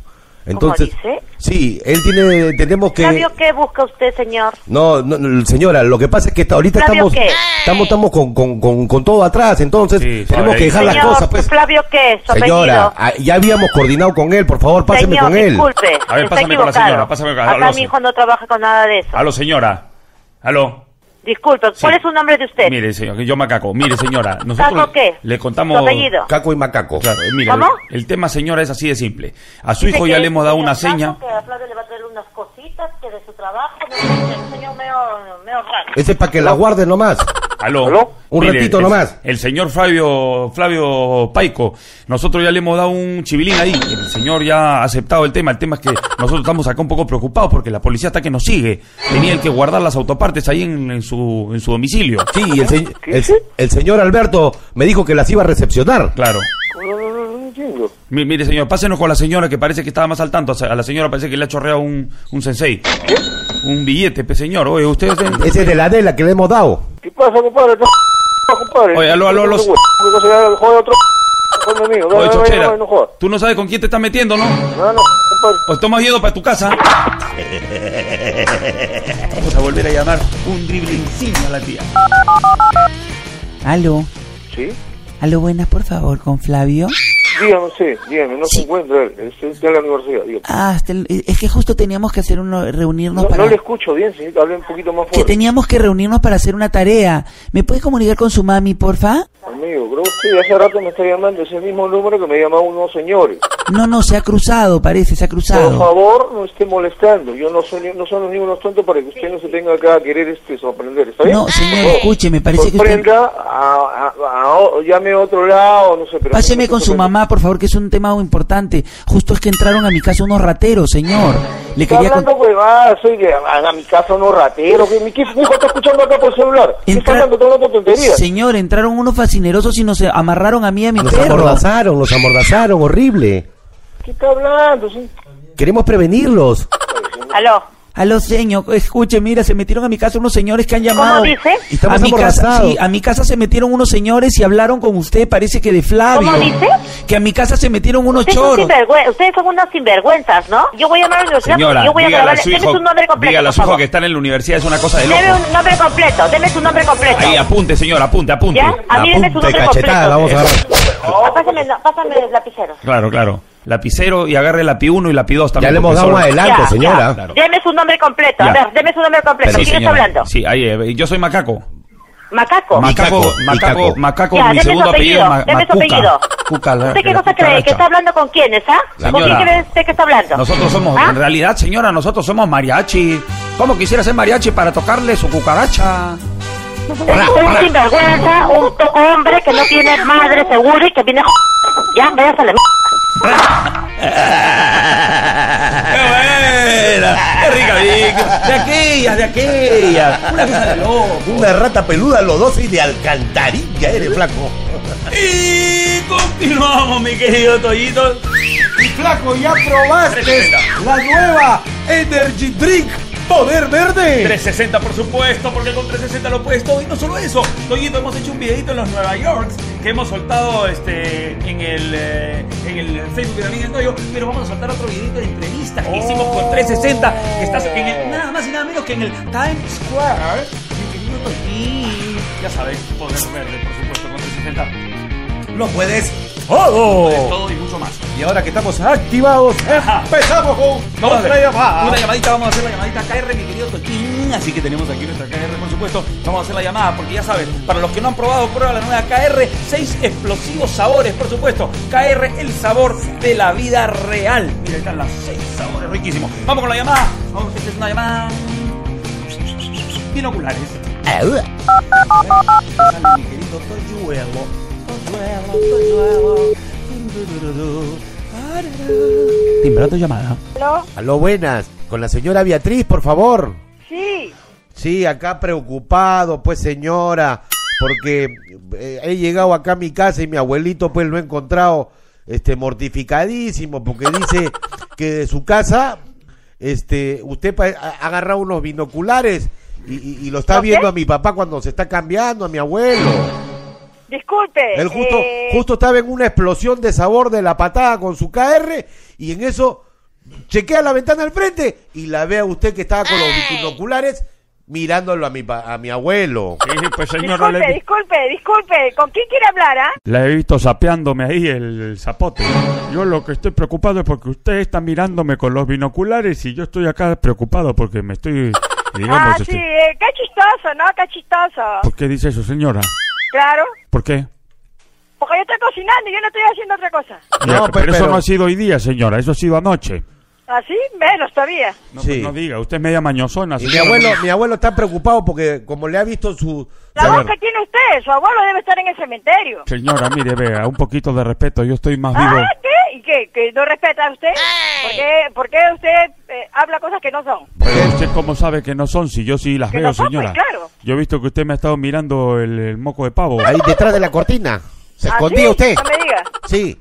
Speaker 2: Entonces,
Speaker 6: dice?
Speaker 2: sí, él tiene, tenemos que...
Speaker 6: ¿Sabio qué busca usted, señor?
Speaker 2: No, no, no, señora, lo que pasa es que hasta ahorita
Speaker 6: ¿Flavio
Speaker 2: estamos,
Speaker 6: qué?
Speaker 2: estamos, estamos con, con, con, con todo atrás, entonces
Speaker 1: Sí,
Speaker 2: tenemos
Speaker 1: ahora
Speaker 2: que
Speaker 1: ahí.
Speaker 2: dejar las
Speaker 6: señor,
Speaker 2: cosas, pues.
Speaker 6: ¿Flavio qué es? Su
Speaker 2: Señora,
Speaker 6: apellido.
Speaker 2: ah, ya habíamos coordinado con él, por favor, páseme
Speaker 6: señor,
Speaker 2: con él.
Speaker 6: disculpe.
Speaker 1: A ver,
Speaker 6: está
Speaker 1: pásame con la
Speaker 6: equivocado.
Speaker 1: señora, pásame con la-
Speaker 6: Acá
Speaker 1: lo sé.
Speaker 6: mi hijo no trabaja con nada de eso.
Speaker 1: Aló, señora. Aló.
Speaker 6: Disculpe, ¿cuál
Speaker 1: Sí.
Speaker 6: es su nombre de usted?
Speaker 1: Mire, señor, que yo macaco. Mire, señora, nosotros
Speaker 6: ¿Caco qué?
Speaker 1: le contamos.
Speaker 6: ¿Su apellido?
Speaker 2: Caco y macaco.
Speaker 1: Claro, eh, mira,
Speaker 6: ¿Cómo?
Speaker 1: El, el tema, señora, es así de simple. A su hijo
Speaker 6: Dice
Speaker 1: ya
Speaker 6: que
Speaker 1: le hemos
Speaker 6: el
Speaker 1: dado
Speaker 6: señor
Speaker 1: una
Speaker 6: Paco,
Speaker 1: seña.
Speaker 6: Que a Flavio le va a traer unas cositas que de su trabajo. no sé, es un señor medio, medio raro.
Speaker 2: Ese es para que la guarden nomás.
Speaker 1: Aló.
Speaker 12: ¿Aló?
Speaker 2: Un ratito
Speaker 1: el-
Speaker 2: nomás.
Speaker 1: El señor Flavio Flavio Paico, nosotros ya le hemos dado un chivilín ahí. El señor ya ha aceptado el tema. El tema es que nosotros estamos acá un poco preocupados porque la policía está que nos sigue. Tenía el que guardar las autopartes ahí en, en su, en su domicilio.
Speaker 2: Sí, y el, se- el, el señor Alberto me dijo que las iba a recepcionar.
Speaker 1: Claro.
Speaker 12: No entiendo.
Speaker 1: Mi- Mire, señor, pásenos con la señora que parece que estaba más al tanto. A la señora parece que le ha chorreado un, un sensei. Un billete, pe, señor. Oye, usted.
Speaker 12: Eh,
Speaker 1: usted-
Speaker 2: Ese es de la Adela que le hemos dado.
Speaker 12: ¿Qué pasa, compadre? ¿Qué pasa, compadre?
Speaker 1: Oye, aló, aló, aló.
Speaker 12: No se joda, joda otro. Joder mío. No,
Speaker 1: Oye,
Speaker 12: no, no,
Speaker 1: chochera.
Speaker 12: no, no joda.
Speaker 1: Tú no sabes con quién te estás metiendo, ¿no?
Speaker 12: No, no, compadre.
Speaker 1: Pues toma miedo para tu casa. Vamos a volver a llamar un driblincillo a la tía.
Speaker 4: Aló.
Speaker 12: ¿Sí?
Speaker 4: Aló, buenas, por favor, con Flavio.
Speaker 12: Dígame, sí, dígame. No se encuentra él. Es es de la universidad. dígame.
Speaker 4: Ah, hasta el- es que justo teníamos que hacer uno, reunirnos
Speaker 12: No,
Speaker 4: para...
Speaker 12: no le escucho bien, señorita. Hable un poquito más
Speaker 4: que
Speaker 12: fuerte.
Speaker 4: teníamos que reunirnos para hacer una tarea. ¿Me puedes comunicar con su mami, porfa?
Speaker 12: Amigo, creo que usted hace rato me está llamando ese mismo número que me llamaban unos señores.
Speaker 4: No, no, se ha cruzado, parece, se ha
Speaker 12: Por
Speaker 4: cruzado.
Speaker 12: favor, no esté molestando. Yo no soy, no son los unos tontos para que usted no se tenga acá a querer este, sorprender. ¿Está bien?
Speaker 4: No, señor,
Speaker 12: Por favor,
Speaker 4: escuche, me parece que usted-
Speaker 12: sorprenda a- a- a- o- llame a otro lado, no sé. Pero
Speaker 4: Páseme con su mamá, por favor, que es un tema muy importante. Justo es que entraron a mi casa unos rateros, señor. Le
Speaker 12: Está
Speaker 4: quería
Speaker 12: hablando
Speaker 4: con-
Speaker 12: huevadas, soy de- a, a mi casa unos rateros. que Mi qué- mi hijo está escuchando acá por celular. ¿Qué está
Speaker 4: Entra-
Speaker 12: hablando toda la tontería?
Speaker 4: Señor, entraron unos fascinerosos y nos eh, amarraron a mí y a mi
Speaker 2: Nos
Speaker 4: perro.
Speaker 2: amordazaron, nos amordazaron, horrible.
Speaker 12: ¿Qué está hablando? sí?
Speaker 2: Queremos prevenirlos.
Speaker 6: Aló.
Speaker 4: aló señor, escuche, mira, se metieron a mi casa unos señores que han
Speaker 3: ¿Cómo
Speaker 4: llamado.
Speaker 3: dice?
Speaker 2: Y estamos
Speaker 4: a mi casa,
Speaker 2: amordazados.
Speaker 4: sí, a mi casa se metieron unos señores y hablaron con usted, parece que de Flavio.
Speaker 3: ¿Cómo dice?
Speaker 4: Que a mi casa se metieron unos
Speaker 3: Ustedes son,
Speaker 4: choros.
Speaker 3: sinvergüen- ustedes son unas sinvergüenzas, ¿no? Yo voy a llamar a la universidad,
Speaker 1: Señora,
Speaker 3: yo voy a
Speaker 1: dígale a
Speaker 3: grabar.
Speaker 1: su
Speaker 3: Deme
Speaker 1: hijo,
Speaker 3: su nombre completo.
Speaker 1: dígale a su
Speaker 3: por
Speaker 1: hijo
Speaker 3: favor.
Speaker 1: que estar en la universidad es una cosa de
Speaker 3: Deme
Speaker 1: loco.
Speaker 3: un nombre completo, deme su nombre completo.
Speaker 1: Ahí, apunte, señora, apunte, apunte.
Speaker 3: ¿Ya? A mí deme su
Speaker 2: Apunte,
Speaker 3: nombre
Speaker 2: cachetada,
Speaker 3: completo.
Speaker 2: la vamos a agarrar.
Speaker 3: Ah, pásame, no, pásame el lapicero.
Speaker 1: Claro, claro. Lapicero y agarre la pi 1 y la pi 2 también.
Speaker 2: Ya le hemos
Speaker 1: porque
Speaker 2: dado un
Speaker 1: solo-
Speaker 2: adelanto,
Speaker 3: Ya,
Speaker 2: señora.
Speaker 3: ya.
Speaker 1: Claro.
Speaker 3: Deme su nombre completo. A
Speaker 1: Ya.
Speaker 3: ver, deme su nombre completo.
Speaker 1: Sí,
Speaker 3: ¿Quién está
Speaker 1: señora.
Speaker 3: hablando?
Speaker 1: Sí, ahí, eh, yo soy macaco.
Speaker 3: Macaco.
Speaker 1: Macaco,
Speaker 2: Icaco,
Speaker 1: macaco,
Speaker 2: Icaco.
Speaker 1: macaco,
Speaker 3: Ya,
Speaker 1: mi
Speaker 3: deme su
Speaker 1: segundo apellido,
Speaker 3: apellido,
Speaker 1: es ma-
Speaker 3: deme su
Speaker 1: macuca.
Speaker 3: apellido.
Speaker 1: Cuca, la-
Speaker 3: ¿Usted qué
Speaker 1: la
Speaker 3: cosa cree?
Speaker 1: cucaracha.
Speaker 3: ¿Que está hablando con quiénes, ah? ¿Con
Speaker 1: Señora.
Speaker 3: quién cree usted que está hablando?
Speaker 1: Nosotros somos,
Speaker 3: ¿Ah?
Speaker 1: en realidad, señora, nosotros somos mariachi. ¿Cómo quisiera ser mariachi para tocarle su cucaracha?
Speaker 3: Un sinvergüenza, un to- hombre que no tiene madre seguro y que viene... jodido. Ya, váyase a la mierda.
Speaker 1: ¡Qué buena! ¡Qué rica, Vic! De aquellas, de aquellas. Una cosa de loco.
Speaker 2: Una rata peluda, los dos y de alcantarilla, eres flaco.
Speaker 1: Y continuamos, mi querido Toyito.
Speaker 6: Y flaco, ya probaste la nueva Energy Drink Poder Verde.
Speaker 1: 360, por supuesto, porque con 360 lo puedes todo. Y no solo eso, Toyito, hemos hecho un videito en los Nueva Yorks que hemos soltado este, en, el, eh, en el Facebook de la Liga del Toyo, pero vamos a soltar otro videito de entrevistas que hicimos con 360, que estás en el, nada más y nada menos que en el Times Square. Mi querido Toyito, ya sabes, poder verde, por supuesto, con 360.
Speaker 2: No puedes.
Speaker 1: Todo y mucho más.
Speaker 6: Y ahora que estamos activados, empezamos con
Speaker 1: Vamos a
Speaker 6: otra
Speaker 1: hacer
Speaker 6: llamada.
Speaker 1: Una llamadita, vamos a hacer la llamadita KR, mi querido Toquín. Así que tenemos aquí nuestra KR, por supuesto. Vamos a hacer la llamada, porque ya sabes, para los que no han probado, prueba la nueva KR. Seis explosivos sabores, por supuesto. KR, el sabor de la vida real. Mira, están los seis sabores, riquísimos. Vamos con la llamada. Vamos, esta es una llamada. Binoculares. Sale mi querido Toyuelo. Toyuelo, Toyuelo.
Speaker 4: Timbrado tu llamada.
Speaker 3: ¿Aló?
Speaker 2: Aló, buenas. Con la señora Beatriz, por favor.
Speaker 3: Sí.
Speaker 2: Sí, acá preocupado, pues señora, porque eh, he llegado acá a mi casa y mi abuelito pues lo he encontrado este mortificadísimo porque dice que de su casa este usted pa- ha ha agarrado unos binoculares y, y- y lo está
Speaker 3: ¿Ok?
Speaker 2: viendo a mi papá cuando se está cambiando, a mi abuelo.
Speaker 3: Disculpe.
Speaker 2: Él justo,
Speaker 3: eh,
Speaker 2: justo estaba en una explosión de sabor de la patada con su KR y en eso chequea la ventana al frente y la ve a usted que estaba con los binoculares mirándolo a mi, pa- a mi abuelo.
Speaker 1: Sí, pues señora,
Speaker 3: Disculpe, disculpe, disculpe. ¿Con quién quiere hablar, ah?
Speaker 1: La he visto sapeándome ahí el, el zapote. Yo lo que estoy preocupado es porque usted está mirándome con los binoculares y yo estoy acá preocupado porque me estoy, digamos,
Speaker 3: ah,
Speaker 1: este,
Speaker 3: sí, eh, qué chistoso, ¿no? Qué chistoso.
Speaker 1: ¿por qué dice eso, señora?
Speaker 3: Claro,
Speaker 1: ¿Por qué?
Speaker 3: porque yo estoy cocinando y yo no estoy haciendo otra cosa.
Speaker 1: Ya,
Speaker 2: pues,
Speaker 1: pero, eso
Speaker 2: pero-
Speaker 1: no ha sido hoy día, señora, eso ha sido anoche.
Speaker 3: ¿Así? Menos todavía.
Speaker 1: No,
Speaker 2: Sí.
Speaker 1: pues, no diga, usted es media mañosona,
Speaker 2: Y mi
Speaker 1: señora.
Speaker 2: abuelo, mi abuelo está preocupado porque como le ha visto su...
Speaker 3: La
Speaker 1: Claro.
Speaker 3: voz que tiene usted, su abuelo debe estar en el cementerio.
Speaker 1: Señora, mire, vea, un poquito de respeto, yo estoy más vivo.
Speaker 3: Ah, ¿qué? ¿Y qué? ¿Que no respeta a usted? ¿Por qué, por qué usted eh, habla cosas que no son?
Speaker 1: Pero usted cómo sabe que no son, si yo sí las
Speaker 3: Que
Speaker 1: veo,
Speaker 3: no son,
Speaker 1: señora.
Speaker 3: pues, claro.
Speaker 1: Yo he visto que usted me ha estado mirando el, el moco de pavo.
Speaker 2: Ahí detrás de la cortina. Se escondía
Speaker 3: ¿Así?
Speaker 2: usted.
Speaker 3: No me diga.
Speaker 2: Sí.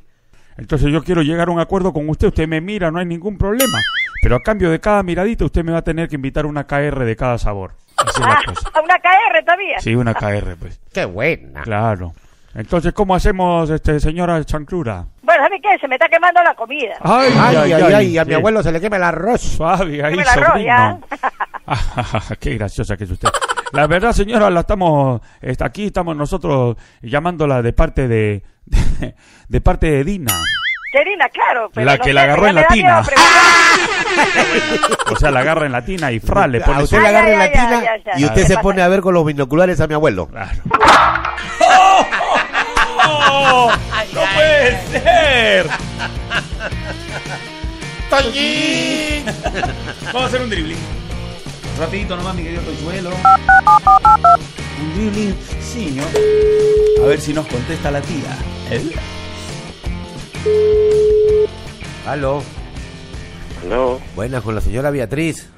Speaker 1: Entonces yo quiero llegar a un acuerdo con usted, usted me mira, no hay ningún problema. Pero a cambio de cada miradita usted me va a tener que invitar una KR de cada sabor. Así es la cosa.
Speaker 3: Ah, una KR todavía.
Speaker 1: Sí, una KR, pues.
Speaker 2: Qué buena.
Speaker 1: Claro. Entonces, ¿cómo hacemos, este, señora Chanclura?
Speaker 3: Bueno, ¿sabe qué? Se me está quemando la comida.
Speaker 1: Ay,
Speaker 2: Ay, ay, ay, a mi
Speaker 1: sí.
Speaker 2: abuelo se le quema el arroz.
Speaker 1: Suave, ahí,
Speaker 3: Queme el arroz,
Speaker 1: sobrino.
Speaker 3: ya.
Speaker 1: Ah, Qué graciosa que es usted. La verdad, señora, la estamos, está- aquí estamos nosotros llamándola de parte de, de, de parte de Dina.
Speaker 3: Serina, claro. Pero
Speaker 1: La
Speaker 3: no
Speaker 1: que la
Speaker 3: sé,
Speaker 1: agarró
Speaker 3: ya
Speaker 1: en
Speaker 3: me
Speaker 1: la
Speaker 3: da miedo
Speaker 1: tina.
Speaker 3: preguntar.
Speaker 1: O sea, la agarra en latina y fra, le
Speaker 2: a
Speaker 1: pone
Speaker 2: usted
Speaker 1: su-
Speaker 2: le agarra
Speaker 3: Ay,
Speaker 2: en la
Speaker 3: ay, ay,
Speaker 2: tina
Speaker 3: ay, ay, ay.
Speaker 2: y usted
Speaker 3: Claro.
Speaker 2: se pone a ver con los binoculares a mi abuelo.
Speaker 1: Claro. ¡No puede ser! Vamos a hacer un dribbling. Rapidito nomás, mi querido Tochuelo. Un dribbling, señor. A ver si nos contesta la tía. ¿Eh?
Speaker 2: Aló.
Speaker 10: No,
Speaker 2: Buenas con la señora Beatriz.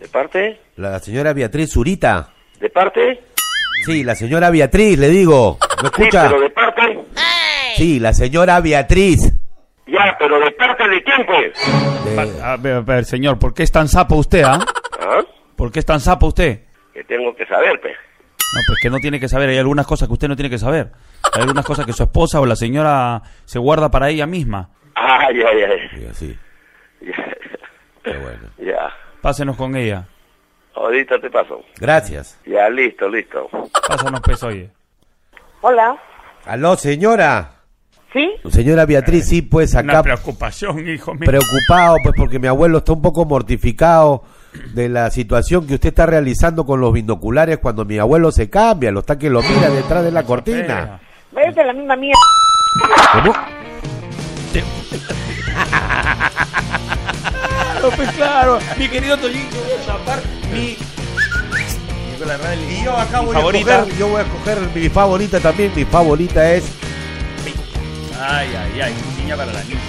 Speaker 10: ¿de parte?
Speaker 2: La señora Beatriz Zurita.
Speaker 10: ¿De parte?
Speaker 2: Sí, la señora Beatriz, le digo. ¿Me
Speaker 10: Sí,
Speaker 2: escucha?
Speaker 10: pero de parte.
Speaker 2: Sí, la señora Beatriz.
Speaker 10: Ya, pero de parte de quién, pues.
Speaker 2: De-
Speaker 1: A ver, a ver, señor, ¿por qué es tan sapo usted, ah? ¿Por qué es tan sapo usted?
Speaker 10: Que tengo que saber, pues.
Speaker 1: No, pues que no tiene que saber. Hay algunas cosas que usted no tiene que saber. Hay algunas cosas que su esposa o la señora se guarda para ella misma.
Speaker 10: Ah, ya, ya, ya.
Speaker 2: Y así.
Speaker 10: Ya.
Speaker 2: Qué bueno.
Speaker 10: ya.
Speaker 1: Pásenos con ella.
Speaker 10: Ahorita te paso.
Speaker 2: Gracias.
Speaker 10: Ya, listo, listo.
Speaker 1: Pásanos, pues, oye.
Speaker 3: Hola.
Speaker 2: Aló, señora.
Speaker 3: ¿Sí?
Speaker 2: Señora Beatriz, sí, pues
Speaker 1: Una
Speaker 2: acá
Speaker 1: preocupación, hijo mío.
Speaker 2: preocupado, pues porque mi abuelo está un poco mortificado de la situación que usted está realizando con los binoculares cuando mi abuelo se cambia, lo está que lo mira detrás de la cortina.
Speaker 3: Vete a la misma mierda.
Speaker 2: ¿Cómo?
Speaker 1: Claro, pues, claro. Mi querido Toyito, voy a tapar mi...
Speaker 2: Y yo acá voy
Speaker 1: Favorita.
Speaker 2: a escoger, yo voy a escoger mi favorita también, mi favorita es
Speaker 1: Ay, ay, ay, niña para la niña.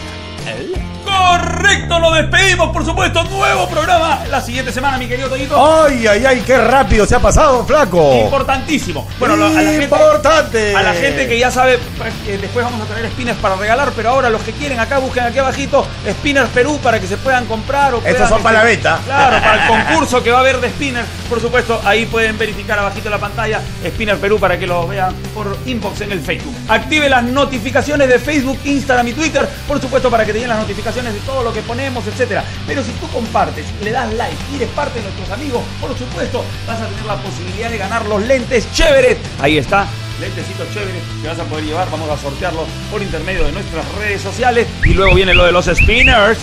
Speaker 1: Correcto, nos despedimos, por supuesto. Nuevo programa la siguiente semana, mi querido Toñito.
Speaker 2: ¡Ay, ay, ay! ¡Qué rápido se ha pasado, flaco!
Speaker 1: Importantísimo. Bueno, lo- a la gente,
Speaker 2: ¡Importante!
Speaker 1: a la gente que ya sabe, pues, que después vamos a traer spinners para regalar, pero ahora los que quieren acá busquen aquí abajito Spinners Perú para que se puedan comprar. O
Speaker 2: Estos
Speaker 1: puedan,
Speaker 2: son para la venta.
Speaker 1: Claro, para el concurso que va a haber de spinners. Por supuesto, ahí pueden verificar abajito de la pantalla Spinner Perú para que lo vean por inbox en el Facebook. Active las notificaciones de Facebook, Instagram y Twitter, por supuesto, para que te lleguen las notificaciones de todo lo que ponemos, etcétera. Pero si tú compartes, le das like y eres parte de nuestros amigos, por supuesto, vas a tener la posibilidad de ganar los lentes chéveres. Ahí está. Lentecitos chéveres que vas a poder llevar, vamos a sortearlos por intermedio de nuestras redes sociales. Y luego viene lo de los spinners.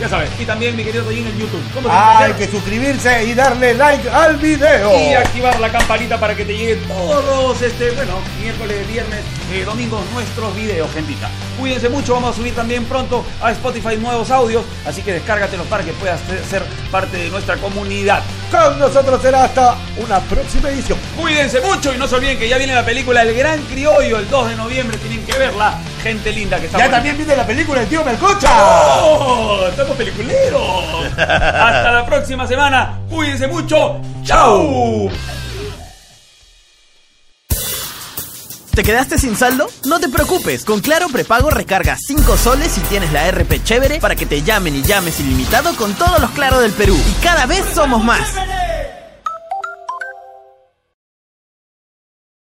Speaker 1: Ya sabes. Y también, mi querido Toyin, en YouTube. ¿Cómo se llama?
Speaker 2: Hay que suscribirse y darle like al video.
Speaker 1: y activar la campanita para que te lleguen todos este, bueno, miércoles, viernes, eh, domingos nuestros videos, gentita. Cuídense mucho, vamos a subir también pronto a Spotify nuevos audios, así que descárgatelos para que puedas ser- ser parte de nuestra comunidad.
Speaker 2: Con nosotros será hasta una próxima edición.
Speaker 1: Cuídense mucho y no se olviden que ya viene la película El Gran Criollo el 2 de noviembre, tienen que verla, gente linda que está
Speaker 2: Ya
Speaker 1: bonita.
Speaker 2: también viene la película El tío Melcocha.
Speaker 1: ¡Oh! ¡Estamos peliculeros! Hasta la próxima semana, cuídense mucho, ¡chau!
Speaker 13: ¿Te quedaste sin saldo? No te preocupes, con Claro Prepago recargas 5 soles y tienes la RP chévere para que te llamen y llames ilimitado con todos los Claro del Perú. Y cada vez somos más.